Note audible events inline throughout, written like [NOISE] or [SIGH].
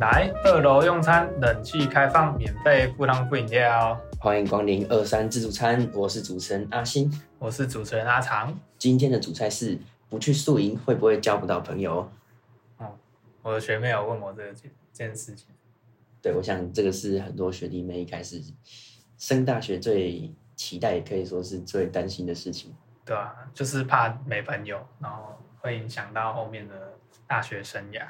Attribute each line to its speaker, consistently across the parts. Speaker 1: 来二楼用餐，冷气开放，免费附汤附饮料。
Speaker 2: 欢迎光临二三自助餐，我是主持人阿星。
Speaker 1: 我是主持人阿长，
Speaker 2: 今天的主菜是：不去宿营会不会交不到朋友？
Speaker 1: 我的学妹有问我这个这件事情，
Speaker 2: 对我想这个是很多学弟妹一开始升大学最期待，也可以说是最担心的事情。
Speaker 1: 对啊，就是怕没朋友，然后会影响到后面的大学生涯。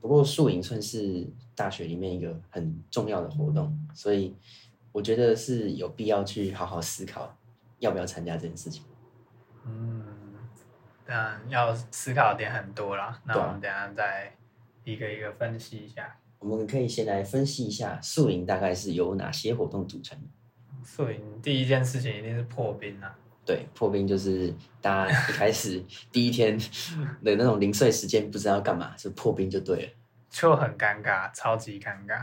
Speaker 2: 不过宿营算是大学里面一个很重要的活动，所以我觉得是有必要去好好思考要不要参加这件事情。
Speaker 1: 嗯，但要思考的点很多啦，那
Speaker 2: 对啊
Speaker 1: 我们等一下再一个一个分析一下。
Speaker 2: 我们可以先来分析一下宿营大概是由哪些活动组成。
Speaker 1: 宿营第一件事情一定是破冰啊，
Speaker 2: 对，破冰就是大家一开始
Speaker 1: [LAUGHS]
Speaker 2: 第一天的那种零碎时间，不知道要干嘛，就破冰就对了。
Speaker 1: 就很尴尬，超级尴尬。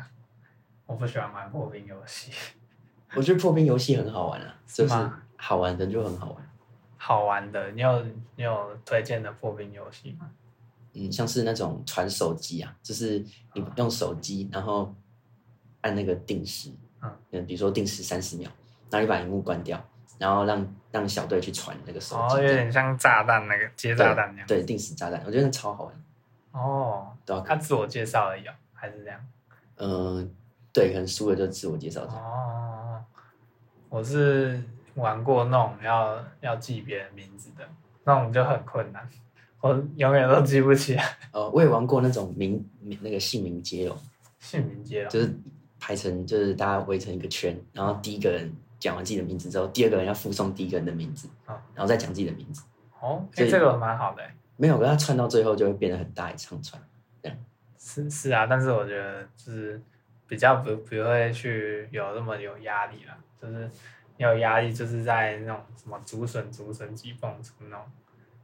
Speaker 1: 我不喜欢玩破冰游戏，
Speaker 2: 我觉得破冰游戏很好玩啊，就是
Speaker 1: 是吗
Speaker 2: 好玩的就很好玩。
Speaker 1: 好玩的，你有你有推荐的破冰游戏吗？
Speaker 2: 嗯，像是那种传手机啊，就是你用手机，然后按那个定时，
Speaker 1: 嗯
Speaker 2: 嗯，比如说定时三十秒，然后你把荧幕关掉，然后让让小队去传那个手
Speaker 1: 哦，
Speaker 2: 机，
Speaker 1: 有点像炸弹那个接炸弹那样。
Speaker 2: 对，定时炸弹，我觉得那超好玩，
Speaker 1: 哦，
Speaker 2: 对吧、
Speaker 1: 他自我介绍而已、哦，还是这样。
Speaker 2: 嗯、对，可能输了就自我介绍这样。
Speaker 1: 哦，我是玩过那种要要记别人名字的，那种就很困难，我永远都记不起来 [LAUGHS]
Speaker 2: 呃，我也玩过那种名名那个姓名接龙，
Speaker 1: 姓名接龙。
Speaker 2: 就是排成就是大家围成一个圈，然后第一个人讲完自己的名字之后，第二个人要附送第一个人的名字，
Speaker 1: 好
Speaker 2: 然后再讲自己的名字。
Speaker 1: 哦，哎、
Speaker 2: 这
Speaker 1: 这个蛮好的、欸。
Speaker 2: 没有，可是它串到最后就会变得很大一长串。
Speaker 1: 是是啊，但是我觉得就是比较不不会去有那么有压力了，就是你有压力就是在那种什么竹笋竹笋鸡蹦出那种，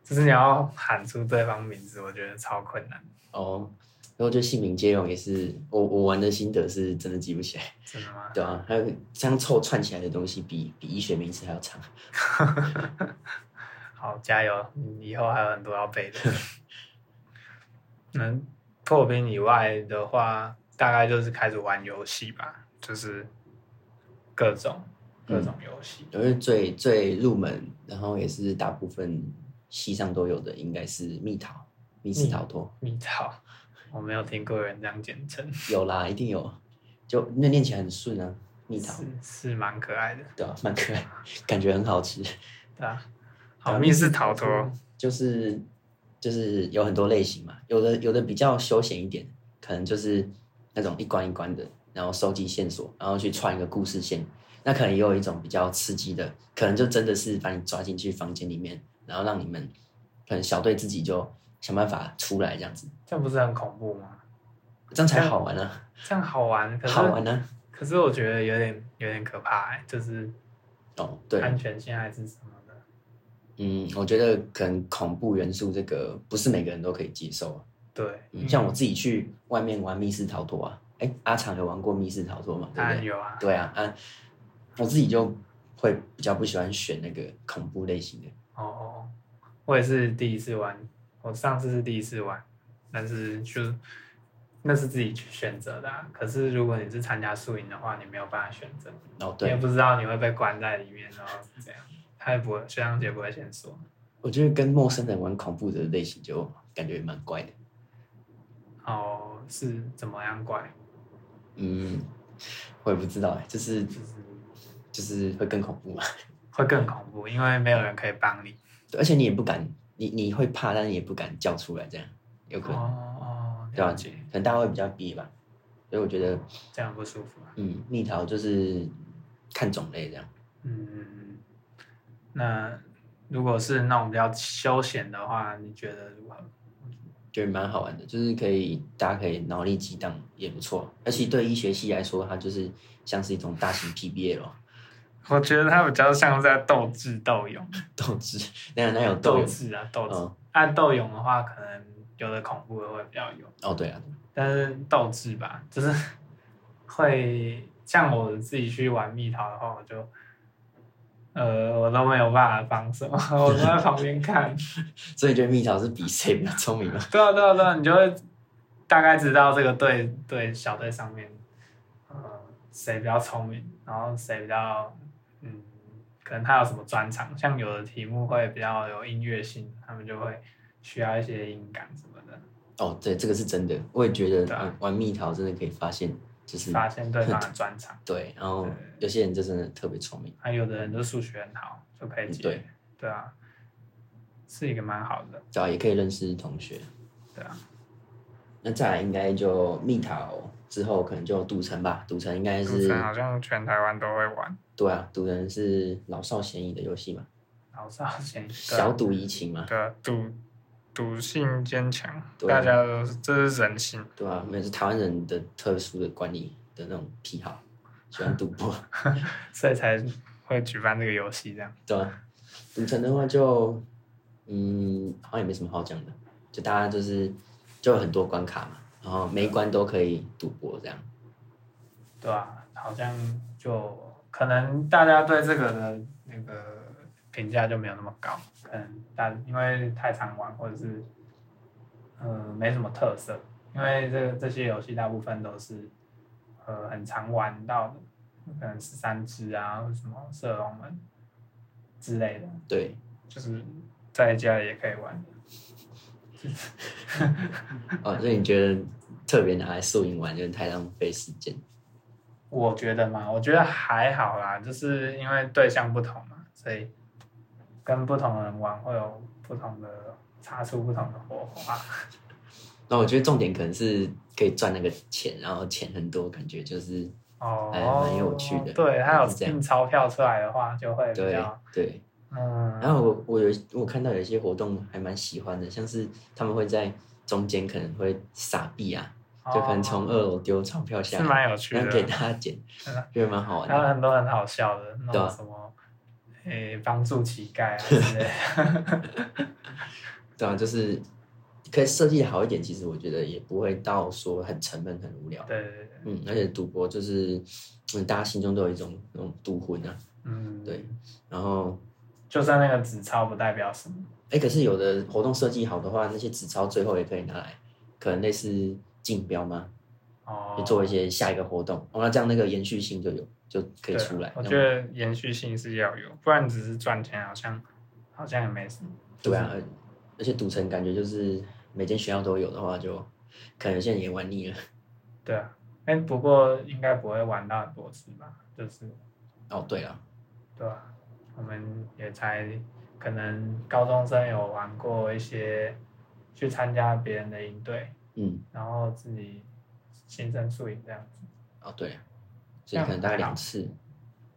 Speaker 1: 就是你要喊出对方名字，我觉得超困难，
Speaker 2: 哦，然后就姓名接龙也是我我玩的心得是真的记不起来，
Speaker 1: 真的吗？
Speaker 2: 对啊，还有这样凑串起来的东西比比医学名词还要长。
Speaker 1: 好，加油！你以后还有很多要背的。嗯，破冰以外的话，大概就是开始玩游戏吧，就是各种各种游戏。
Speaker 2: 因为最最入门，然后也是大部分系上都有的，应该是密逃、密室逃脱。
Speaker 1: 蜜桃，我没有听过有人这样简称，
Speaker 2: 有啦，一定有，就那念起来很顺啊，蜜桃
Speaker 1: 是，是蛮可爱的，
Speaker 2: 对啊， [LAUGHS] 蛮可爱，感觉很好吃。
Speaker 1: 对啊。好，密室逃脱，
Speaker 2: 就是就是有很多类型嘛，有的有的比较休闲一点，可能就是那种一关一关的，然后收集线索，然后去串一个故事线。那可能也有一种比较刺激的，可能就真的是把你抓进去房间里面，然后让你们可能小队自己就想办法出来这样子，
Speaker 1: 这样不是很恐怖吗？
Speaker 2: 这样才好玩啊，
Speaker 1: 这样好玩，可是
Speaker 2: 好玩啊！
Speaker 1: 可是我觉得有点有点可怕、欸，就是
Speaker 2: 哦，对，
Speaker 1: 安全性还是什么的。
Speaker 2: 嗯，我觉得可能恐怖元素这个不是每个人都可以接受啊、
Speaker 1: 对，
Speaker 2: 嗯，像我自己去外面玩密室逃脱啊，哎、阿长有玩过密室逃脱嘛？对
Speaker 1: 当
Speaker 2: 不
Speaker 1: 然
Speaker 2: 对？
Speaker 1: 有啊，
Speaker 2: 对啊，啊，我自己就会比较不喜欢选那个恐怖类型的。
Speaker 1: 哦哦，哦，我也是第一次玩，我上次是第一次玩，但是就是那是自己去选择的、啊。可是如果你是参加宿营的话，你没有办法选择，
Speaker 2: 哦，
Speaker 1: 你也
Speaker 2: 对，
Speaker 1: 不知道你会被关在里面，然后是这样。他也不会，学长姐不会先说。
Speaker 2: 我觉得跟陌生人玩恐怖的类型就感觉蛮怪的。
Speaker 1: 哦，是怎么样怪？
Speaker 2: 嗯，我也不知道哎、就是
Speaker 1: 就是
Speaker 2: 就是会更恐怖嘛。
Speaker 1: 会更恐怖，因为没有人可以帮你。
Speaker 2: 对而且你也不敢，你你会怕，但是也不敢叫出来，这样有可
Speaker 1: 哦
Speaker 2: 能，
Speaker 1: 哦，
Speaker 2: 对吧、
Speaker 1: 了
Speaker 2: 啊？可
Speaker 1: 解，
Speaker 2: 能大家会比较憋吧，所以我觉得，
Speaker 1: 这样不舒服啊。
Speaker 2: 嗯，蜜桃就是看种类这样。
Speaker 1: 嗯，那如果是那种比较休闲的话，你觉得如何？
Speaker 2: 觉得蛮好玩的，就是可以大家可以脑力激荡也不错，而且对医学系来说，它就是像是一种大型 PBL [LAUGHS] 哦
Speaker 1: 我觉得他比较像是在斗智斗勇，
Speaker 2: 斗志，那样那有斗志，
Speaker 1: 智啊， [LAUGHS] 斗
Speaker 2: 嗯
Speaker 1: 智。按斗勇的话，可能有的恐怖的会比较有，
Speaker 2: 哦对啊，
Speaker 1: 但是斗智吧，就是会像我自己去玩蜜桃的话，我就呃我都没有办法帮手， [LAUGHS] 我都在旁边看。 [LAUGHS]
Speaker 2: 所以觉得蜜桃是比谁比较聪明嘛？
Speaker 1: 对啊对啊对啊，你就会大概知道这个队队小队上面，呃，谁比较聪明，然后谁比较，嗯，可能他有什么专长，像有的题目会比较有音乐性，他们就会需要一些音感什么的，
Speaker 2: 哦，对，这个是真的，我也觉得
Speaker 1: 对啊
Speaker 2: 玩玩蜜桃真的可以发现，就是
Speaker 1: 发现对方的专长。
Speaker 2: 对，然后
Speaker 1: 对
Speaker 2: 有些人就真的特别聪明，
Speaker 1: 还有的人就数学很好，就可以解。
Speaker 2: 对
Speaker 1: 对啊，是一个蛮好的。
Speaker 2: 对啊，也可以认识同学。
Speaker 1: 对啊，
Speaker 2: 那再来应该就蜜桃之后可能就赌城吧，赌城应该
Speaker 1: 赌
Speaker 2: 是
Speaker 1: 城好像全台湾都会玩，
Speaker 2: 对啊，赌城是老少咸宜的游戏嘛，
Speaker 1: 然后是好险
Speaker 2: 小赌怡情嘛，
Speaker 1: 对啊赌赌性坚强，
Speaker 2: 对
Speaker 1: 大家都是这是人性。 [LAUGHS]
Speaker 2: 对啊，那是台湾人的特殊的管理的那种癖好，喜欢赌博， [LAUGHS]
Speaker 1: 所以才会举办这个游戏这样。
Speaker 2: 对啊，赌城的话就嗯，好像也没什么好讲的，就大家就是就有很多关卡嘛，然后每一关都可以赌博这样，
Speaker 1: 对啊，好像就可能大家对这个的那个评价就没有那么高，可能大因为太常玩或者是呃没什么特色，因为这这些游戏大部分都是呃很常玩到的，可能十三只啊或什么射龙门之类的，
Speaker 2: 对，
Speaker 1: 就是在家里也可以玩的。
Speaker 2: 哦，所以你觉得特别拿来宿营玩有点太浪费时间，
Speaker 1: 我觉得嘛，我觉得还好啦，就是因为对象不同嘛，所以跟不同的人玩会有不同的擦出不同的火花。
Speaker 2: 那我觉得重点可能是可以赚那个钱，然后钱很多，感觉就是
Speaker 1: 哦，
Speaker 2: 哎蛮有趣的
Speaker 1: 对，它有
Speaker 2: 是这样
Speaker 1: 印钞票出来的话，就会比
Speaker 2: 对
Speaker 1: 较
Speaker 2: 对。然
Speaker 1: 嗯，
Speaker 2: 后我我有一我看到有一些活动还蛮喜欢的，像是他们会在中间可能会撒币啊，就可能从
Speaker 1: 哦
Speaker 2: 二楼丢钞票下
Speaker 1: 是
Speaker 2: 来，
Speaker 1: 蛮有趣
Speaker 2: 然后给
Speaker 1: 的，
Speaker 2: 大家
Speaker 1: [LAUGHS]
Speaker 2: 捡
Speaker 1: 嗯，
Speaker 2: 觉得蛮好玩
Speaker 1: 还有
Speaker 2: 的。
Speaker 1: 很多很好笑的那
Speaker 2: 对啊
Speaker 1: 种什么，诶、帮助乞丐啊之类的。 [LAUGHS]
Speaker 2: 对啊，就是可以设计得好一点，其实我觉得也不会到说很沉闷、很无聊。
Speaker 1: 对对对，
Speaker 2: 嗯，而且赌博就是嗯，大家心中都有一种那种赌魂啊。
Speaker 1: 嗯，
Speaker 2: 对，然后
Speaker 1: 就算那个纸钞不代表什么，
Speaker 2: 哎，可是有的活动设计好的话，那些纸钞最后也可以拿来，可能类似竞标吗？
Speaker 1: 哦
Speaker 2: 就，做一些下一个活动，哦，那这样那个延续性就有，就可
Speaker 1: 对
Speaker 2: 以
Speaker 1: 啊
Speaker 2: 出来。
Speaker 1: 我
Speaker 2: 那
Speaker 1: 觉得延续性是要有，不然只是赚钱，好像好像也没什么。
Speaker 2: 对啊，而而且赌城感觉就是每间学校都有的话就，可能有些人也玩腻了。
Speaker 1: 对啊，哎、不过应该不会玩到很多次吧？就是
Speaker 2: 哦，对了，
Speaker 1: 对啊？我们也才可能高中生有玩过一些，去参加别人的营队，
Speaker 2: 嗯，
Speaker 1: 然后自己新生宿营这样子。
Speaker 2: 哦对啊，所以可能大概两次、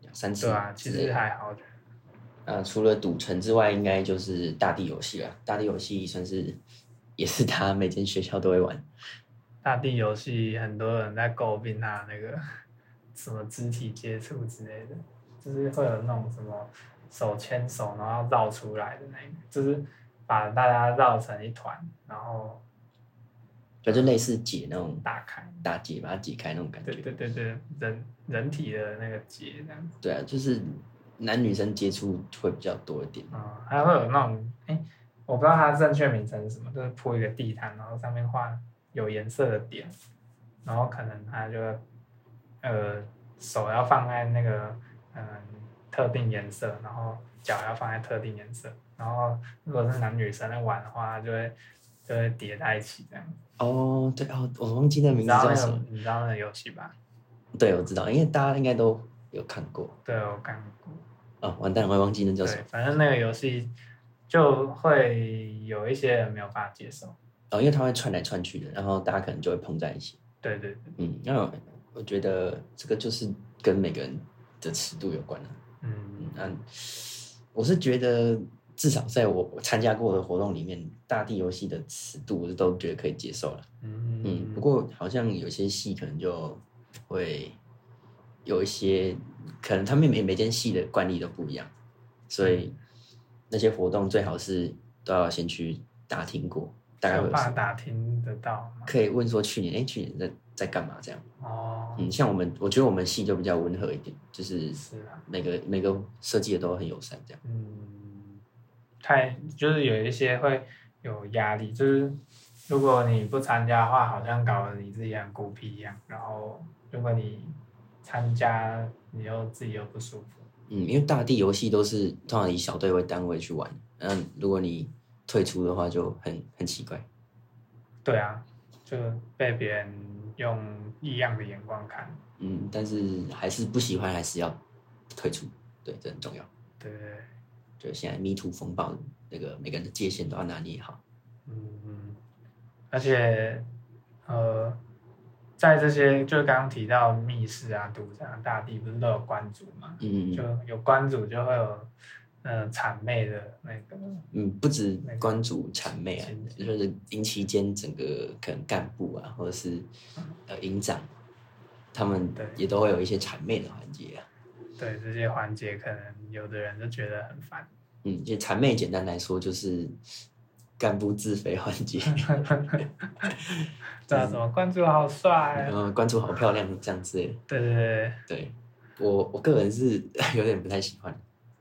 Speaker 2: 两三次
Speaker 1: 对啊，
Speaker 2: 之
Speaker 1: 其
Speaker 2: 类的。
Speaker 1: 实还好，我觉得
Speaker 2: 呃，除了赌城之外，应该就是大地游戏了。大地游戏算是也是他每间学校都会玩。
Speaker 1: 大地游戏很多人在诟病它那个 [LAUGHS] 什么肢体接触之类的，就是会有那种什么手牵手然后绕出来的那个，就是把大家绕成一团，然后
Speaker 2: 对，就类似解那种
Speaker 1: 打开。
Speaker 2: 打结，把它解开那种感觉。
Speaker 1: 对对对对，人人体的那个结这样子，
Speaker 2: 对啊，就是男女生接触会比较多一点。
Speaker 1: 嗯，还会有那种哎、我不知道它正确名称是什么，就是铺一个地毯，然后上面画有颜色的点，然后可能它就呃手要放在那个嗯、特定颜色，然后脚要放在特定颜色，然后如果是男女生在玩的话，它就会就会叠在一起这样。
Speaker 2: 哦，对哦，我忘记那名
Speaker 1: 你
Speaker 2: 字
Speaker 1: 知道
Speaker 2: 叫
Speaker 1: 那
Speaker 2: 什
Speaker 1: 个
Speaker 2: 么。
Speaker 1: 你知道那个游戏吧？
Speaker 2: 对，我知道，因为大家应该都有看过。
Speaker 1: 对，我看过。
Speaker 2: 哦，完蛋，我也忘记那叫
Speaker 1: 对
Speaker 2: 什么。，
Speaker 1: 反正那个游戏就会有一些人没有办法接受。
Speaker 2: 哦，因为它会串来串去的，然后大家可能就会碰在一起。
Speaker 1: 对对对，
Speaker 2: 嗯，那我我觉得这个就是跟每个人的尺度有关了、
Speaker 1: 嗯，
Speaker 2: 嗯，我是觉得至少在我我参加过的活动里面，大地游戏的尺度我是都觉得可以接受了。
Speaker 1: 嗯
Speaker 2: 嗯，不过好像有些戏可能就会有一些，可能他们每每间戏的惯例都不一样，所
Speaker 1: 嗯
Speaker 2: 以那些活动最好是都要先去打听过，大概
Speaker 1: 有
Speaker 2: 会有
Speaker 1: 办法
Speaker 2: 什么。
Speaker 1: 嗯打听得到吗？
Speaker 2: 可以问说去年，哎、去年在在干嘛？这样，
Speaker 1: 哦，
Speaker 2: 嗯，像我们，我觉得我们戏就比较温和一点，就是
Speaker 1: 是啊，
Speaker 2: 每个每个设计的都很友善，这样。
Speaker 1: 嗯，太就是有一些会有压力，就是如果你不参加的话，好像搞得你自己很孤僻一样。然后如果你参加，你又自己又不舒服。
Speaker 2: 嗯，因为大地游戏都是通常以小队为单位去玩，嗯，如果你退出的话就很很奇怪。
Speaker 1: 对啊，就被别人用异样的眼光看。
Speaker 2: 嗯，但是还是不喜欢，还是要退出，对，这很重要。
Speaker 1: 对，
Speaker 2: 就是现在 Me Too 风暴，那个每个人的界限都要拿捏好。
Speaker 1: 嗯，而且呃，在这些就刚刚提到密室啊、赌场、大地，不是都有关主嘛？
Speaker 2: 嗯
Speaker 1: 就有关主就会有呃谄媚的那个，
Speaker 2: 嗯，不止关注谄媚啊
Speaker 1: 嗯，
Speaker 2: 就是营期间整个可能干部啊，或者是呃营长，他们
Speaker 1: 对
Speaker 2: 也都会有一些谄媚的环节啊。
Speaker 1: 对这些环节，可能有的人就觉得很烦。 [LAUGHS]
Speaker 2: 嗯，就谄媚简单来说就是干部自肥环 [LAUGHS] 节，
Speaker 1: 对啊，什么关注好帅
Speaker 2: 然
Speaker 1: 啊，
Speaker 2: 后关注好漂亮这样之类的。
Speaker 1: 对对对，
Speaker 2: 对我我个人是 [LAUGHS] 有点不太喜欢，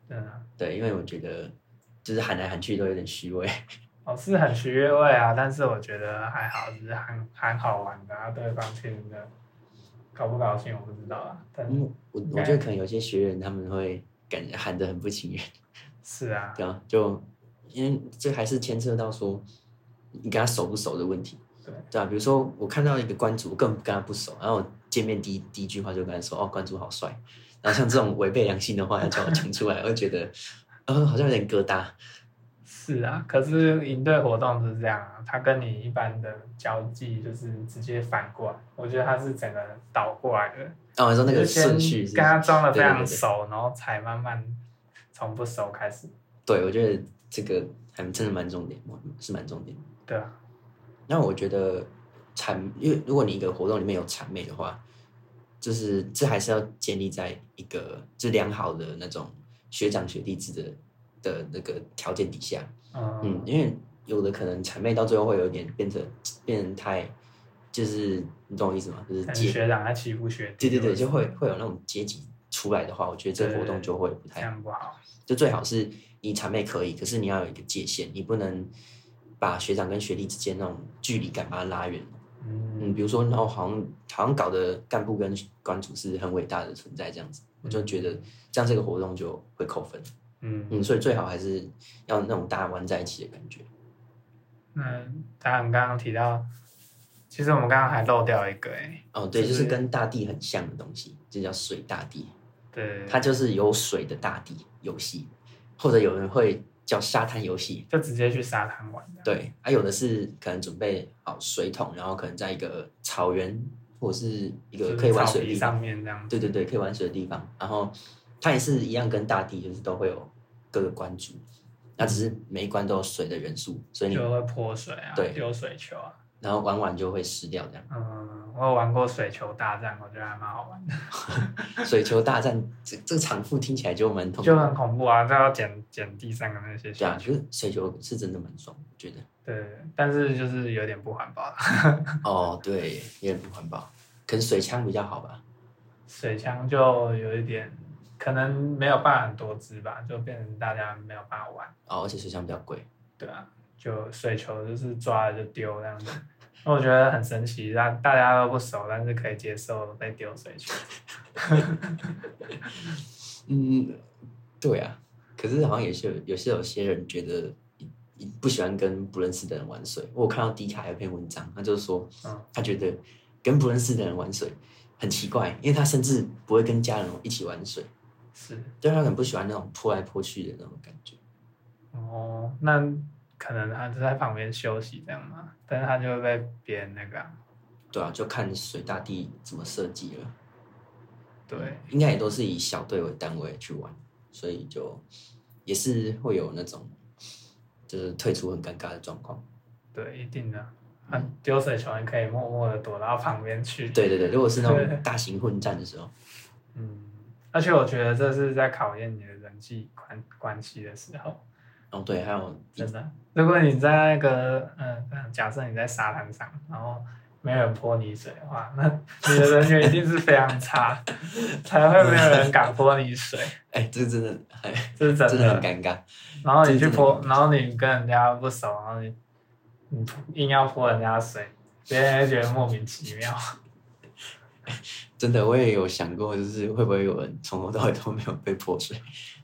Speaker 1: 真的，
Speaker 2: 对，因为我觉得就是喊来喊去都有点虚伪。 [LAUGHS]
Speaker 1: 我是很徐悦味啊，但是我觉得还好，只是很很好玩的啊，对方听的高不高兴我不知道啊，但
Speaker 2: 嗯，我我觉得可能有些学员他们会感觉喊得很不情愿。
Speaker 1: 是啊，
Speaker 2: 对啊，就因为这还是牵涉到说你跟他熟不熟的问题，
Speaker 1: 对
Speaker 2: 对啊，比如说我看到一个关主，我根本不跟他不熟，然后我见面第一第一句话就跟他说：“哦，关主好帅。”然后像这种违背良心的话要叫我讲出来，我就觉得，呃，好像有点疙瘩。
Speaker 1: 是啊，可是营队活动就是这样啊，它跟你一般的交际就是直接反过来，我觉得它是整个倒过来的，
Speaker 2: 哦，你说那个
Speaker 1: 就先
Speaker 2: 顺序是不
Speaker 1: 跟他
Speaker 2: 是，
Speaker 1: 装的非
Speaker 2: 对对
Speaker 1: 常
Speaker 2: 对对
Speaker 1: 熟，然后才慢慢从不熟开始，
Speaker 2: 对我觉得这个还真的蛮重点，我是蛮重点。
Speaker 1: 对啊，
Speaker 2: 那我觉得谄，因为如果你一个活动里面有谄媚的话，就是这还是要建立在一个这良好的那种学长学弟制的的那个条件底下。嗯，因为有的可能谄媚到最后会有点变成变成太，就是你懂我意思吗？就是
Speaker 1: 可能
Speaker 2: 阶，
Speaker 1: 学长在欺负学弟，
Speaker 2: 对对对，就
Speaker 1: 或
Speaker 2: 会
Speaker 1: 者
Speaker 2: 会有那种阶级出来的话，我觉得这个活动就会不
Speaker 1: 是
Speaker 2: 太
Speaker 1: 这
Speaker 2: 好。
Speaker 1: 样不好，
Speaker 2: 就最好是你谄媚可以，可是你要有一个界限，你不能把学长跟学弟之间那种距离感把它拉远。嗯，
Speaker 1: 嗯，
Speaker 2: 比如说，然后好像好像搞得干部跟官主是很伟大的存在这样子，我就觉得这样这个活动就会扣分。
Speaker 1: 嗯，
Speaker 2: 嗯，所以最好还是要那种大家玩在一起的感觉。
Speaker 1: 那当然刚刚提到，其实我们刚刚还漏掉一个、欸，
Speaker 2: 哦，对，就
Speaker 1: 就是
Speaker 2: 是跟大地很像的东西，这叫水大地，
Speaker 1: 对，
Speaker 2: 它就是有水的大地游戏，或者有人会叫沙滩游戏。
Speaker 1: 就直接去沙滩玩的，
Speaker 2: 对，啊，有的是可能准备好水桶，然后可能在一个草原或者是一
Speaker 1: 就
Speaker 2: 个
Speaker 1: 是
Speaker 2: 可以玩
Speaker 1: 草
Speaker 2: 水的
Speaker 1: 皮
Speaker 2: 地方。
Speaker 1: 上面这样子，
Speaker 2: 对对对，可以玩水的地方。然后它也是一样，跟大地就是都会有各个关主，那只是每一关都有水的人数，所以你
Speaker 1: 就会泼水啊，
Speaker 2: 对
Speaker 1: 丢水球啊。
Speaker 2: 然后玩完就会湿掉这样。
Speaker 1: 嗯，我有玩过水球大战，我觉得还蛮好玩的，
Speaker 2: 水球大战这这个场复听起来就蛮痛苦
Speaker 1: 就，很恐怖啊，就要捡捡地上的那些
Speaker 2: 对
Speaker 1: 水
Speaker 2: 啊，
Speaker 1: 球。
Speaker 2: 就是水球是真的蛮爽，我觉得。
Speaker 1: 对，但是就是有点不环保啦。 [LAUGHS]
Speaker 2: 哦，对，有点不环保，可能水枪比较好吧。
Speaker 1: 水枪就有一点，可能没有办法很多支吧，就变成大家没有办法玩，
Speaker 2: 哦，而且水枪比较贵。
Speaker 1: 对啊，就水球就是抓了就丢这样子。 [LAUGHS] 我觉得很神奇，让大家都不熟，但是可以接受被丢水球。
Speaker 2: 嗯，对啊。可是好像有些有些有些人觉得不喜欢跟不认识的人玩水。我有看到迪卡有篇文章，他就说
Speaker 1: 嗯，
Speaker 2: 他觉得跟不认识的人玩水很奇怪，因为他甚至不会跟家人一起玩水，
Speaker 1: 是
Speaker 2: 对他很不喜欢那种泼来泼去的那种感觉。
Speaker 1: 哦，那可能他就在旁边休息这样嘛，但是他就会被别人那个啊、
Speaker 2: 对啊，就看水大地怎么设计了。
Speaker 1: 对，
Speaker 2: 应该也都是以小队为单位去玩，所以就也是会有那种就是退出很尴尬的状况。
Speaker 1: 对，一定的。啊，丢水球你可以默默的躲到旁边去。
Speaker 2: 嗯对对对，如果是那种
Speaker 1: 对
Speaker 2: 大型混战的时候，
Speaker 1: 嗯，而且我觉得这是在考验你的人际关关系的时候，
Speaker 2: 哦对，还有
Speaker 1: 真的。如果你在那个嗯、呃假设你在沙滩上，然后没有人泼你水的话，那你的人缘一定是非常
Speaker 2: [LAUGHS]
Speaker 1: 差，才会没有人敢泼你水，
Speaker 2: 哎，这真的很
Speaker 1: [LAUGHS] 这是真
Speaker 2: 真的
Speaker 1: 的。
Speaker 2: 很尴尬。
Speaker 1: 然后你去泼，然后你跟人家不熟，然后你你硬要泼人家水，别人会觉得莫名其妙。
Speaker 2: 真的，我也有想过，就是会不会有人从头到尾都没有被泼水，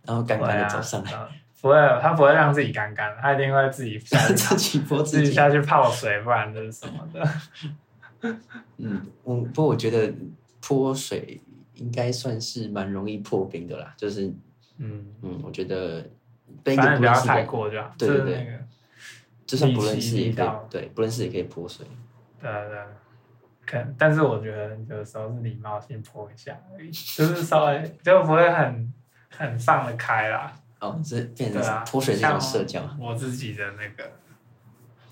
Speaker 2: 然后干干的走上来， [LAUGHS]
Speaker 1: 对啊嗯不会，他不会让自己干干，他一定会自己
Speaker 2: [LAUGHS]
Speaker 1: 下去
Speaker 2: 自己泼
Speaker 1: 自
Speaker 2: 自
Speaker 1: 己
Speaker 2: 己。
Speaker 1: 下去泡水，不然就是什么的。
Speaker 2: 嗯，我不过我觉得泼水应该算是蛮容易破冰的啦，就是
Speaker 1: 嗯，
Speaker 2: 嗯，我觉得被一
Speaker 1: 反
Speaker 2: 个
Speaker 1: 正
Speaker 2: 不
Speaker 1: 不要
Speaker 2: 认识
Speaker 1: 太
Speaker 2: 的，
Speaker 1: 过就好。
Speaker 2: 对
Speaker 1: 就是
Speaker 2: 对对
Speaker 1: 那个，
Speaker 2: 就算不认识
Speaker 1: 利息
Speaker 2: 也
Speaker 1: 利
Speaker 2: 可以
Speaker 1: 到，
Speaker 2: 对，不认识也可以泼水。
Speaker 1: 对对。可能，但是我觉得有时候是礼貌性泼一下而已，就是稍微就不会很很放得开啦。
Speaker 2: 哦，这变
Speaker 1: 对啊
Speaker 2: 成，泼水这
Speaker 1: 像
Speaker 2: 种社交，
Speaker 1: 我自己的那个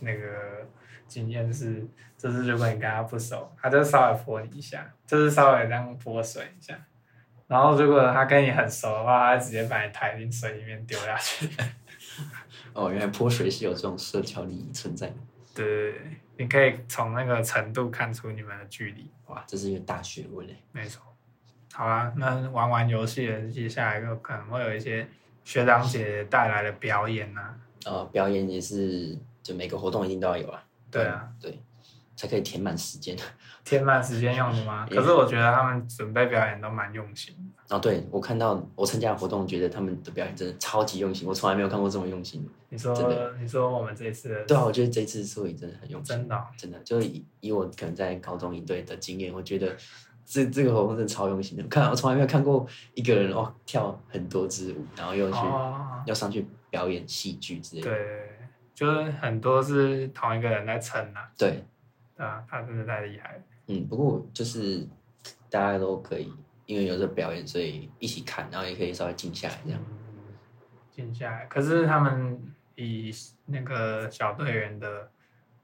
Speaker 1: 那个经验是，就是如果你跟他不熟，他就稍微泼你一下，就是稍微这样泼水一下。然后如果他跟你很熟的话，他直接把你抬进水里面丢下去。
Speaker 2: 哦，原来泼水是有这种社交礼仪存在的。
Speaker 1: [LAUGHS] 对，你可以从那个程度看出你们的距离。
Speaker 2: 哇，这是一个大学问欸嘞。
Speaker 1: 没错。好啦，那玩完游戏了，接下来就可能会有一些学长姐带来的表演呐、啊。
Speaker 2: 呃，表演也是，就每个活动一定都要有啊。
Speaker 1: 对啊，
Speaker 2: 对，才可以填满时间。 [LAUGHS]
Speaker 1: 填满时间用的吗？
Speaker 2: 也
Speaker 1: 可是我觉得他们准备表演都蛮用心的。
Speaker 2: 哦，对我看到我参加的活动，觉得他们的表演真的超级用心，我从来没有看过这么用心的。
Speaker 1: 你说
Speaker 2: 真的
Speaker 1: 你说我们这次的
Speaker 2: 对啊，我觉得这次摄影真的很用心，
Speaker 1: 真的哦、
Speaker 2: 真的，就是以以我可能在高中营队的经验，我觉得这这个活动真的超用心的。看我从来没有看过一个人哦跳很多支舞，然后又去、
Speaker 1: 哦，
Speaker 2: 要上去表演戏剧之类的。
Speaker 1: 对，就是很多是同一个人在撑啊，
Speaker 2: 对，
Speaker 1: 对啊，他真的太厉害了。
Speaker 2: 嗯，不过就是大家都可以，因为有这表演，所以一起看，然后也可以稍微静下来这样。
Speaker 1: 嗯，静下来。可是他们以那个小队员的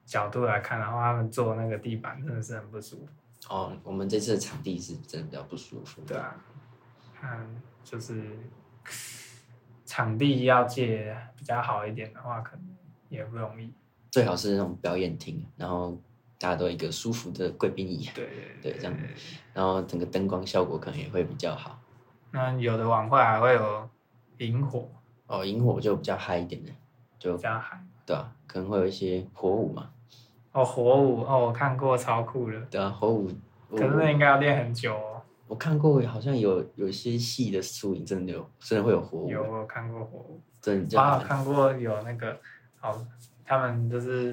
Speaker 1: 角度来看的话，他们坐那个地板真的是很不舒服。
Speaker 2: 哦，我们这次的场地是真的比较不舒服。
Speaker 1: 对啊，看就是 [LAUGHS] 场地要借比较好一点的话，可能也不容易。
Speaker 2: 最好是那种表演厅，然后大家都有一个舒服的贵宾椅，
Speaker 1: 对
Speaker 2: 对这样然后整个灯光效果可能也会比较好。
Speaker 1: 那有的晚会还会有萤火
Speaker 2: 哦，萤火就比较嗨一点的，就
Speaker 1: 这样喊，
Speaker 2: 对啊，可能会有一些火舞嘛，
Speaker 1: 哦，火舞哦，我看过超酷的，
Speaker 2: 对啊，火舞。我
Speaker 1: 可是那应该要练很久哦。
Speaker 2: 我看过，好像有有一些戏的输赢真的有，真的会有火舞，
Speaker 1: 有我有看过火舞，
Speaker 2: 真的比
Speaker 1: 我
Speaker 2: 较
Speaker 1: 还有
Speaker 2: 好看
Speaker 1: 看过有那个哦，他们就是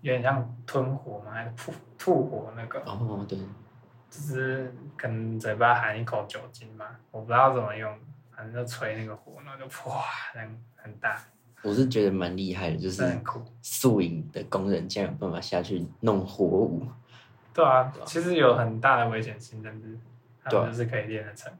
Speaker 1: 有点像吞火嘛，还是吐吐火那个，
Speaker 2: 哦，对，
Speaker 1: 就是可能嘴巴含一口酒精嘛，我不知道怎么用，反正就吹那个火，然后就哇，很很大，
Speaker 2: 我是觉得蛮厉害的，就
Speaker 1: 真的
Speaker 2: 是
Speaker 1: 很酷。
Speaker 2: 宿营的工人竟然有办法下去弄火舞，
Speaker 1: 对啊
Speaker 2: 对，啊
Speaker 1: 其实有很大的危险性，但是他
Speaker 2: 对啊
Speaker 1: 们就是可以练得成。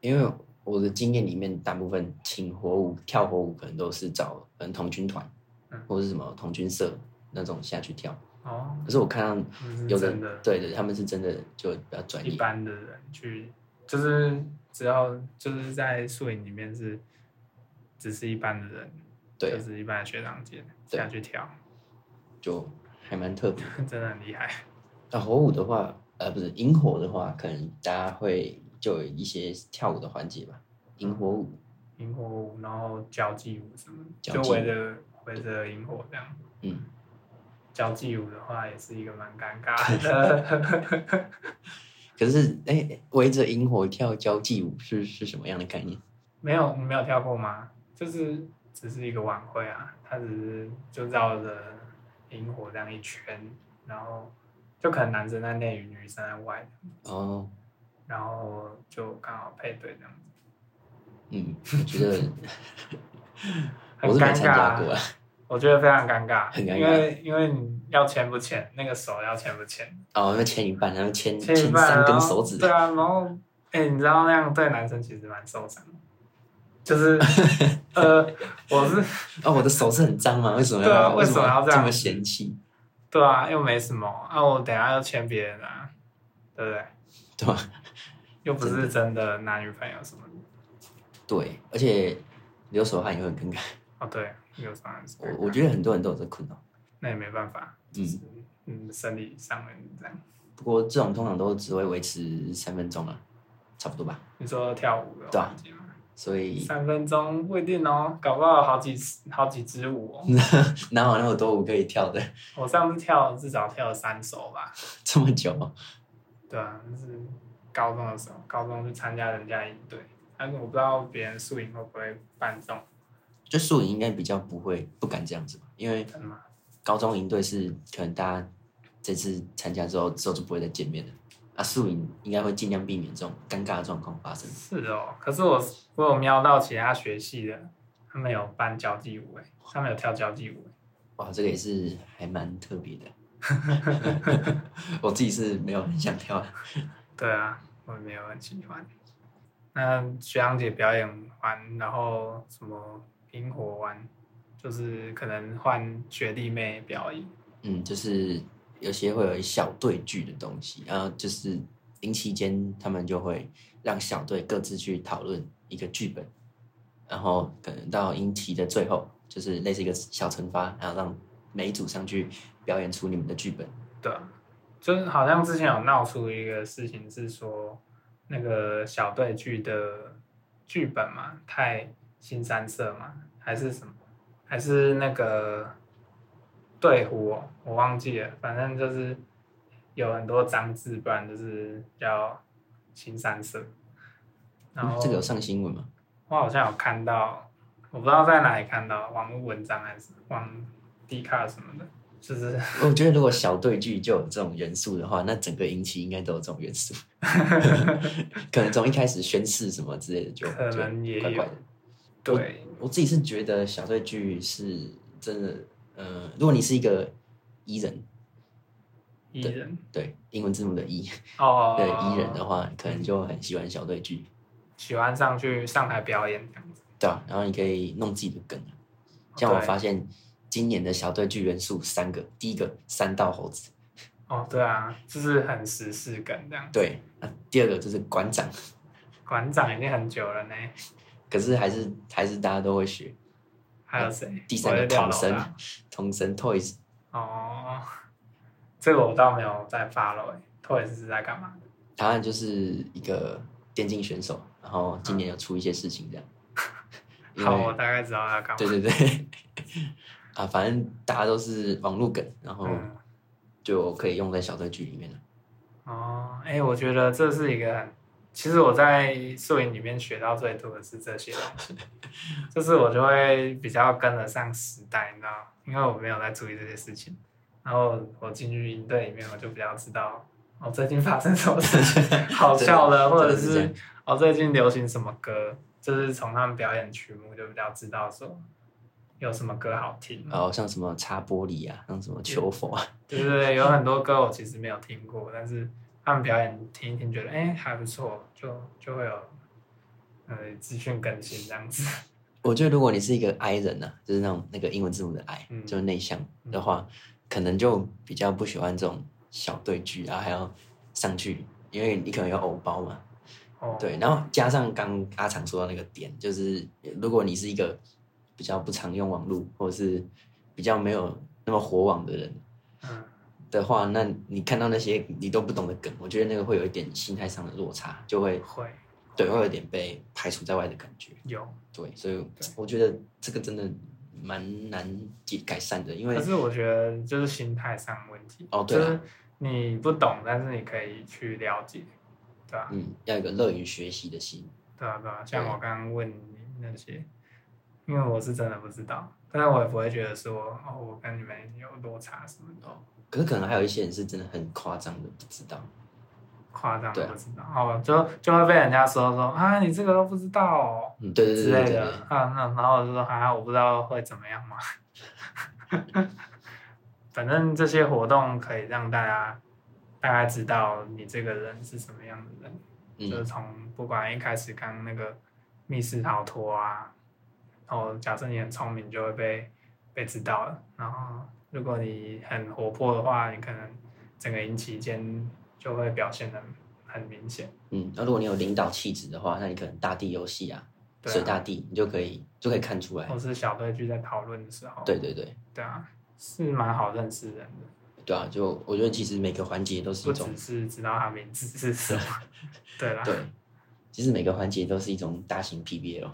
Speaker 2: 因为我的经验里面，大部分请火舞、跳火舞可能都是找嗯童军团
Speaker 1: 嗯
Speaker 2: 或是什么童军社那种下去跳，
Speaker 1: 哦，
Speaker 2: 可是我看到
Speaker 1: 这是
Speaker 2: 有
Speaker 1: 真的
Speaker 2: 对对，他们是真的就比较专
Speaker 1: 一
Speaker 2: 业，
Speaker 1: 般的人去，就是只要就是在宿营里面是，只是一般的人，就，
Speaker 2: 对
Speaker 1: 是一般的学长姐
Speaker 2: 对
Speaker 1: 下去跳， [LAUGHS]
Speaker 2: 就还蛮特别。
Speaker 1: 真的很厉害。
Speaker 2: 那火舞的话，呃，不是萤火的话，可能大家会就有一些跳舞的环节吧，萤火舞，
Speaker 1: 萤火舞，然后交际舞什么的，
Speaker 2: 交
Speaker 1: 就
Speaker 2: 际舞
Speaker 1: 围着围着萤火这样。
Speaker 2: 嗯，
Speaker 1: 交际舞的话也是一个蛮尴尬
Speaker 2: [LAUGHS]
Speaker 1: 的，
Speaker 2: 可是哎，围着萤火跳交际舞是是什么样的概念？
Speaker 1: 没有你没有跳过吗？就是只是一个晚会啊，它只是就绕着萤火这样一圈，然后就可能男生在内与女生在外，
Speaker 2: 哦。
Speaker 1: 然后就刚好配对这样子，
Speaker 2: 嗯，我觉得
Speaker 1: 很
Speaker 2: 我是没
Speaker 1: 尴
Speaker 2: 参
Speaker 1: 尬
Speaker 2: 加
Speaker 1: 啊
Speaker 2: 过。啊。
Speaker 1: 我觉得非常尴尬，
Speaker 2: 很尴尬
Speaker 1: 因为因为你要牵不牵，那个手要牵不牵，
Speaker 2: 哦，那牵一半，然后牵
Speaker 1: 牵一半，
Speaker 2: 三
Speaker 1: 然
Speaker 2: 根
Speaker 1: 后
Speaker 2: 手指
Speaker 1: 对，啊，然后哎、你知道那样对男生其实蛮受伤的，就是
Speaker 2: [LAUGHS]
Speaker 1: 呃，我是
Speaker 2: 哦，我的手是很脏吗？为什么要
Speaker 1: 对啊为
Speaker 2: 什
Speaker 1: 什么要这
Speaker 2: 这
Speaker 1: 样
Speaker 2: 么嫌弃？
Speaker 1: 对啊，又没什么啊，我等一下要牵别人啊，对不对？
Speaker 2: 对吧？
Speaker 1: 又不是真的男女朋友什么的，
Speaker 2: 对，而且流手汗也会很尴尬。
Speaker 1: 哦对，有伤人是尴尬，
Speaker 2: 我我觉得很多人都有这困扰。
Speaker 1: 那也没办法，就是嗯，生理上面这样。
Speaker 2: 不过这种通常都只会维持三分钟啊，差不多吧。
Speaker 1: 你说跳舞的
Speaker 2: 对啊
Speaker 1: 环节吗？
Speaker 2: 所以
Speaker 1: 三分钟不一定哦，搞不好好几好几支舞、
Speaker 2: 嗯
Speaker 1: 哦。
Speaker 2: 哪有那么多舞可以跳的？
Speaker 1: 我上次跳至少跳了三首吧。
Speaker 2: 这么久哦，
Speaker 1: 对啊，那是高中的时候，高中去参加人家营队，但是我不知道别人宿营会不会办这种，
Speaker 2: 就素影应该比较不会不敢这样子吧，因为
Speaker 1: 真的吗？
Speaker 2: 高中营队是可能大家这次参加之后之后就不会再见面了。啊，素影应该会尽量避免这种尴尬的状况发生。
Speaker 1: 是哦，可是我我有瞄到其他学系的，他们有办交际舞诶，他们有跳交际舞欸
Speaker 2: 哇，这个也是还蛮特别的。 [LAUGHS] 我自己是没有很想跳的。
Speaker 1: 诶。对啊，我没有很喜欢。那学长姐表演完，然后什么萤火完，就是可能换学弟妹表演。
Speaker 2: 嗯，就是有些会有小队剧的东西，然后就是临期间他们就会让小队各自去讨论一个剧本，然后可能到营期的最后，就是类似一个小惩罚，然后让每一组上去表演出你们的剧本。
Speaker 1: 对啊，就是好像之前有闹出一个事情，是说那个小队剧的剧本嘛，太新三色嘛，还是什么，还是那个对胡、哦，我忘记了，反正就是有很多脏字，不然就是叫新三色。然后
Speaker 2: 嗯这个有上新闻吗？ [LAUGHS]
Speaker 1: 我好像有看到，我不知道在哪里看到网络文章还是网 D 卡什么的，就是 [LAUGHS]
Speaker 2: 我觉得如果小队剧就有这种元素的话，那整个营期应该都有这种元素，可能从一开始宣誓什么之类的就
Speaker 1: 可
Speaker 2: 就
Speaker 1: 能也
Speaker 2: 怪
Speaker 1: 有
Speaker 2: 怪的。
Speaker 1: 对。
Speaker 2: 我自己是觉得小队剧是真的，呃，如果你是一个 E 人，
Speaker 1: 艺，E 人
Speaker 2: 对，英文字母的 E，
Speaker 1: 哦，
Speaker 2: 对 E 人的话，可能就很喜欢小队剧，
Speaker 1: 喜欢上去上台表演这样子，
Speaker 2: 对啊，然后你可以弄自己的梗啊。像我
Speaker 1: 对
Speaker 2: 发现今年的小队剧元素三个，第一个三道猴子，
Speaker 1: 哦，对啊，就是很时事梗这样。
Speaker 2: 对，那第二个就是馆长，
Speaker 1: 馆长已经很久了呢，
Speaker 2: 可是还是还是大家都会学。
Speaker 1: 还有谁？
Speaker 2: 啊第三
Speaker 1: 我
Speaker 2: 个
Speaker 1: 又掉
Speaker 2: 童
Speaker 1: 楼
Speaker 2: 声
Speaker 1: 了。，
Speaker 2: 童声 Toys，
Speaker 1: 哦，这个我倒没有在 follow 哎、t o y s 是在干嘛？
Speaker 2: 答案就是一个电竞选手，然后今年有出一些事情这样。因为
Speaker 1: [LAUGHS] 好，我大概知道他干
Speaker 2: 对
Speaker 1: 嘛。
Speaker 2: 对对， [LAUGHS] 啊，反正大家都是网络梗，然后
Speaker 1: 嗯，
Speaker 2: 就可以用在小队剧里面了。
Speaker 1: 哦，哎、我觉得这是一个很，其实我在摄影里面学到最多的是这些东西，就是我就会比较跟得上时代，你知道吗，因为我没有在注意这些事情，然后我进去营队里面，我就比较知道哦最近发生什么事
Speaker 2: [LAUGHS]
Speaker 1: 情，好笑的，或者
Speaker 2: 真的是这
Speaker 1: 是
Speaker 2: 样
Speaker 1: 哦最近流行什么歌，就是从他们表演曲目就比较知道说有什么歌好听，
Speaker 2: 然后像什么擦玻璃啊，像什么求佛啊，
Speaker 1: 对对对，有很多歌我其实没有听过，但是他们表演听一听，觉得哎还不错，就就会有呃资讯更新这样子。
Speaker 2: [LAUGHS] 我觉得如果你是一个 I 人呢、啊，就是那种那个英文字母的 I，、
Speaker 1: 嗯
Speaker 2: 就是内向的话，可能就比较不喜欢这种小队剧啊，还要上去，因为你可能要偶包嘛。
Speaker 1: 哦，
Speaker 2: 对，然后加上刚阿常说到那个点，就是如果你是一个比较不常用网络，或者是比较没有那么火网的人
Speaker 1: 嗯，
Speaker 2: 的话，那你看到那些你都不懂的梗，我觉得那个会有一点心态上的落差，就会
Speaker 1: 会
Speaker 2: 对，会有点被排除在外的感觉。
Speaker 1: 有，
Speaker 2: 对，所以我觉得这个真的蛮难解改善的，因为
Speaker 1: 可是我觉得就是心态上的问题。
Speaker 2: 哦对
Speaker 1: 就
Speaker 2: 啊
Speaker 1: 是你不懂，但是你可以去了解，对吧、
Speaker 2: 嗯，要有一个乐于学习的心。
Speaker 1: 对啊，对啊，像我刚刚问你那些，因为我是真的不知道，但是我也不会觉得说哦，我跟你们有落差什么的，
Speaker 2: 可是可能还有一些人是真的很夸张的，不知道。
Speaker 1: 夸张
Speaker 2: 对
Speaker 1: 的
Speaker 2: 啊
Speaker 1: 不知道，哦，就就会被人家说说啊，你这个都不知道、哦。
Speaker 2: 嗯，对对
Speaker 1: 之
Speaker 2: 对对
Speaker 1: 类
Speaker 2: 对对
Speaker 1: 的。啊，那然后我就说啊，我不知道会怎么样嘛。 [LAUGHS] 反正这些活动可以让大家大概知道你这个人是什么样的人，就是
Speaker 2: 嗯，
Speaker 1: 从不管一开始刚那个密室逃脱啊，然后假设你很聪明就会被被知道了，然后如果你很活泼的话，你可能整个营期间就会表现的很明显。
Speaker 2: 嗯，那如果你有领导气质的话，那你可能大地游戏啊，
Speaker 1: 对
Speaker 2: 水大
Speaker 1: 啊，哦
Speaker 2: 地，你就可以就可以看出来
Speaker 1: 或。是小队聚在讨论的时候，
Speaker 2: 对对对，
Speaker 1: 对啊，是蛮好认识人的，
Speaker 2: 对啊，就我觉得其实每个环节都是
Speaker 1: 不
Speaker 2: 一种
Speaker 1: 只是知道他名字是什么。对啦，
Speaker 2: 对，其实每个环节都是一种大型 PBL。
Speaker 1: 啊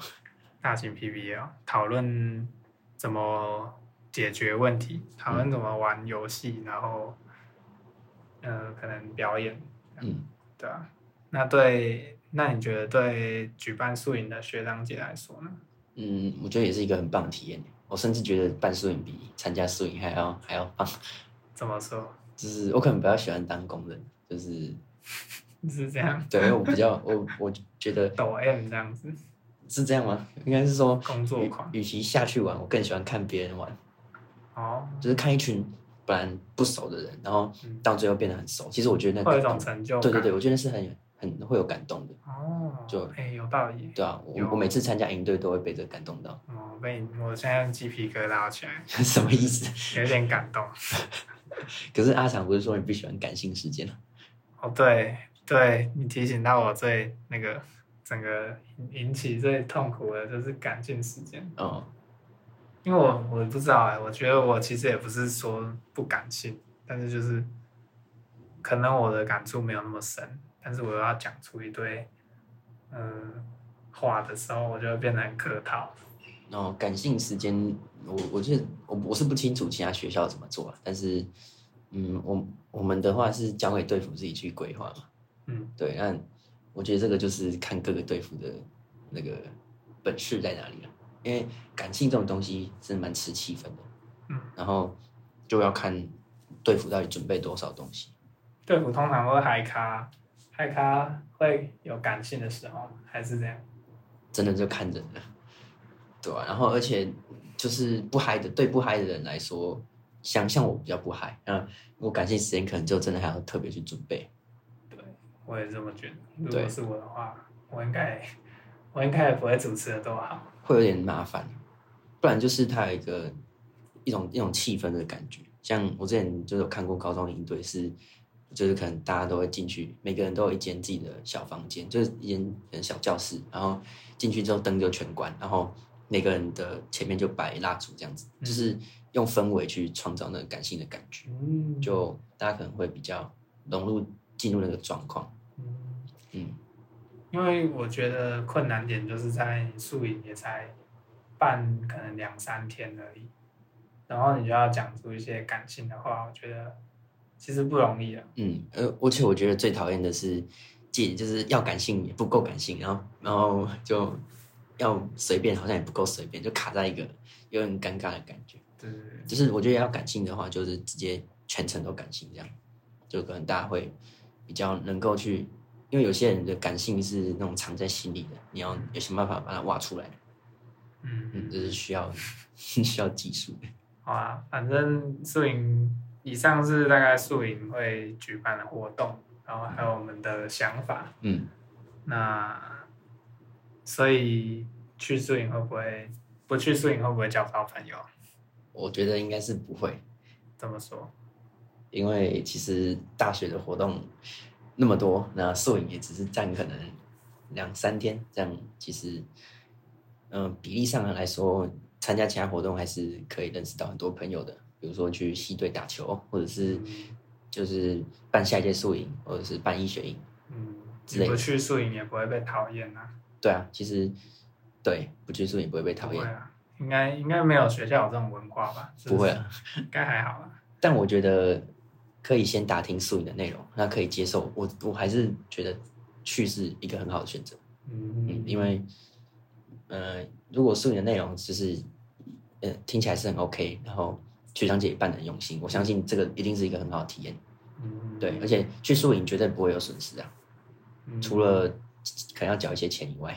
Speaker 1: 大型 PBL 啊讨论怎么解决问题，讨论怎么玩游戏，然后，呃，可能表演，
Speaker 2: 嗯，
Speaker 1: 对啊。那对，那你觉得对举办宿营的学长姐来说呢？
Speaker 2: 嗯，我觉得也是一个很棒的体验。我甚至觉得办宿营比参加宿营还要还要棒。
Speaker 1: 怎么说？
Speaker 2: 就是我可能比较喜欢当工人，就是
Speaker 1: 是这样，
Speaker 2: 对，因为我比较我我觉得
Speaker 1: 抖 M 这样子，
Speaker 2: 是这样吗？应该是说
Speaker 1: 工作
Speaker 2: 与
Speaker 1: 狂
Speaker 2: 与其下去玩，我更喜欢看别人玩，
Speaker 1: 哦，
Speaker 2: 就是看一群本来不熟的人，然后
Speaker 1: 嗯
Speaker 2: 到最后变得很熟。其实我觉得那
Speaker 1: 会有一种
Speaker 2: 感动，
Speaker 1: 成就感。
Speaker 2: 对对对，我觉得那是很很会有感动的，
Speaker 1: 哦，
Speaker 2: 就
Speaker 1: 哎、有道理。
Speaker 2: 对啊，我
Speaker 1: 有
Speaker 2: 我每次参加营队都会被这感动到， [LAUGHS]
Speaker 1: 哦，被你，我现在鸡皮疙瘩起来，
Speaker 2: 什么意思？ [LAUGHS]
Speaker 1: 有点感动。
Speaker 2: 可是阿长不是说你不喜欢感性时间吗？
Speaker 1: 哦，对对，你提醒到我最那个整个引引起最痛苦的就是感性时间，
Speaker 2: 哦，
Speaker 1: 因为我我不知道哎、我觉得我其实也不是说不感性，但是就是可能我的感触没有那么深，但是我又要讲出一堆嗯、话的时候，我就会变得很客套。
Speaker 2: 然后感性时间，我我是我我是不清楚其他学校怎么做啊，但是嗯，我我们的话是交给队服自己去规划嘛。
Speaker 1: 嗯，
Speaker 2: 对，那我觉得这个就是看各个队服的那个本事在哪里了、啊因为感性这种东西是蛮吃气氛的，
Speaker 1: 嗯，
Speaker 2: 然后就要看队服到底准备多少东西。
Speaker 1: 队服通常会嗨咖，嗨咖会有感性的时候吗，还是这样？
Speaker 2: 真的就看人了，对啊，然后而且就是不嗨的，对不嗨的人来说，像像我比较不嗨，那我感性时间可能就真的还要特别去准备。
Speaker 1: 我也这么觉得。如
Speaker 2: 对
Speaker 1: 果是我的话，我应该我应该也不会主持的多好。
Speaker 2: 会有点麻烦，不然就是它有一个一种一种气氛的感觉。像我之前就是有看过高中营队是，就是可能大家都会进去，每个人都有一间自己的小房间，就是一间可能小教室，然后进去之后灯就全关，然后每个人的前面就摆蜡烛这样子，
Speaker 1: 嗯
Speaker 2: 就是用氛围去创造那个感性的感觉，
Speaker 1: 嗯，
Speaker 2: 就大家可能会比较融入进入那个状况。
Speaker 1: 嗯，
Speaker 2: 嗯，
Speaker 1: 因为我觉得困难点就是在宿营也才办可能两三天而已，然后你就要讲出一些感性的话，我觉得其实不容易啊。
Speaker 2: 嗯，呃，而且我觉得最讨厌的是，既就是要感性也不够感性，然后然后就要随便，好像也不够随便，就卡在一个有点尴尬的感觉。
Speaker 1: 对对对，
Speaker 2: 就是我觉得要感性的话，就是直接全程都感性，这样就可能大家会比较能够去，因为有些人的感性是那种藏在心里的，你要有想办法把它挖出来，
Speaker 1: 嗯
Speaker 2: 嗯，这是需要 [LAUGHS] 需要技术的。
Speaker 1: 好啊，反正宿营以上是大概宿营会举办的活动，然后还有我们的想法。
Speaker 2: 嗯，
Speaker 1: 那所以去宿营会不会不去宿营会不会交不到朋友？
Speaker 2: 我觉得应该是不会，
Speaker 1: 这么说，
Speaker 2: 因为其实大学的活动那么多，那摄影也只是占可能两三天，这样其实，嗯、比例上来说，参加其他活动还是可以认识到很多朋友的，比如说去系队打球，或者是就是办下一届宿营，或者是办医学营，
Speaker 1: 嗯，
Speaker 2: 之类
Speaker 1: 你
Speaker 2: 的
Speaker 1: 不去宿营也不会被讨厌啊，
Speaker 2: 对啊，其实对不去宿营不会被讨
Speaker 1: 不会
Speaker 2: 厌，
Speaker 1: 啊，应该应该没有学校有这种文化吧？是
Speaker 2: 不会
Speaker 1: 是， [LAUGHS]
Speaker 2: 啊，
Speaker 1: 应该还好啊吧？
Speaker 2: 但我觉得可以先打听宿营的内容，那可以接受，我我还是觉得去是一个很好的选择。嗯
Speaker 1: 嗯，
Speaker 2: 因为，呃，如果素影的内容就是，呃，听起来是很 OK，然后学长姐也办的很用心，我相信这个一定是一个很好的体验。
Speaker 1: 嗯
Speaker 2: 对，而且去宿营绝对不会有损失啊，
Speaker 1: 嗯
Speaker 2: 除了可能要缴一些钱以外，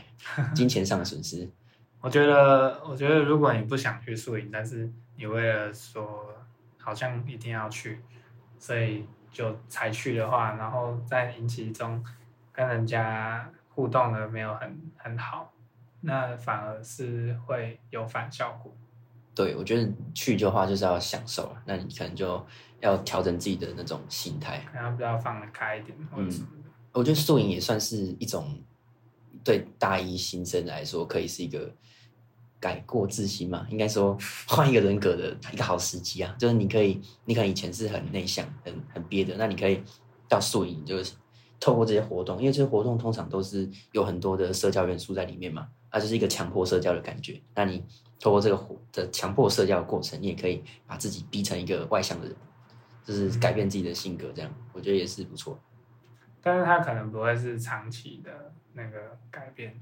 Speaker 2: 金钱上的损失，
Speaker 1: 我觉得，我觉得如果你不想去宿营，但是你为了说好像一定要去，所以就才去的话，然后在营期中跟人家互动的没有很很好，那反而是会有反效果。
Speaker 2: 对，我觉得去的话就是要享受啊，那你可能就要调整自己的那种心态。
Speaker 1: 可能要比较放得开一点，或者什么的。
Speaker 2: 我觉得宿营也算是一种对大一新生来说，可以是一个改过自新嘛，应该说换一个人格的一个好时机啊。就是你可以，你可能以前是很内向、很很憋的，那你可以到宿营，就是透过这些活动，因为这些活动通常都是有很多的社交元素在里面嘛，它就是一个强迫社交的感觉。那你透过这个活的强迫社交的过程，你也可以把自己逼成一个外向的人，就是改变自己的性格，这样我觉得也是不错。
Speaker 1: 但是它可能不会是长期的那个改变，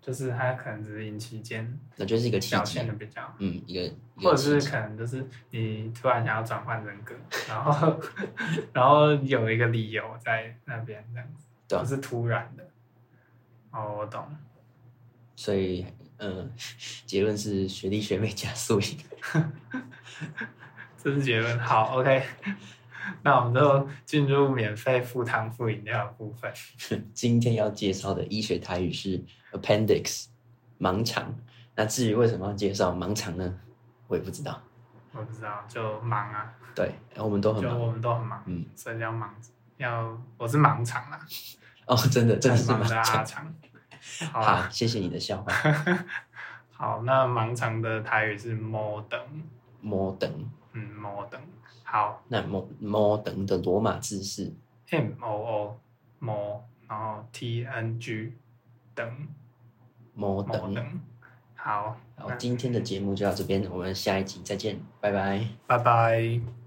Speaker 1: 就是它可能只是你期间
Speaker 2: 那就是一个契
Speaker 1: 表
Speaker 2: 机
Speaker 1: 现，的比较，
Speaker 2: 嗯，一个一
Speaker 1: 或者
Speaker 2: 个契
Speaker 1: 是
Speaker 2: 机，
Speaker 1: 可能就是你突然想要转换人格，然后 [LAUGHS] 然后有一个理由在那边这样子，
Speaker 2: 对啊
Speaker 1: 不是突然的。哦，我懂。
Speaker 2: 所以嗯，结论是学弟学妹加速营。
Speaker 1: 这是结论。好，OK，那我们就进入免费附汤附饮料的部分。
Speaker 2: 今天要介绍的医学台语是 appendix 盲肠。那至于为什么要介绍盲肠呢？我也不知道。
Speaker 1: 我不知道，就忙啊，
Speaker 2: 对，我们都很
Speaker 1: 就
Speaker 2: 忙
Speaker 1: 我们都很忙，
Speaker 2: 嗯
Speaker 1: 所以要忙，要我是忙场啦，
Speaker 2: 哦，真的，真的
Speaker 1: 很
Speaker 2: 是
Speaker 1: 忙啊
Speaker 2: 盲
Speaker 1: 的阿
Speaker 2: 肠。 [LAUGHS]
Speaker 1: 长。好啊，
Speaker 2: 好，谢谢你的笑话。
Speaker 1: [LAUGHS] 好，那盲肠的台语是 modern，
Speaker 2: 摩登，
Speaker 1: 嗯，modern，好
Speaker 2: 那摩摩登的罗马字是
Speaker 1: ，m o o m，然后 t n g，等
Speaker 2: 摩登。
Speaker 1: modern，好，
Speaker 2: 好
Speaker 1: 那，
Speaker 2: 今天的节目就到这边，我们下一集再见，拜拜。
Speaker 1: 拜拜。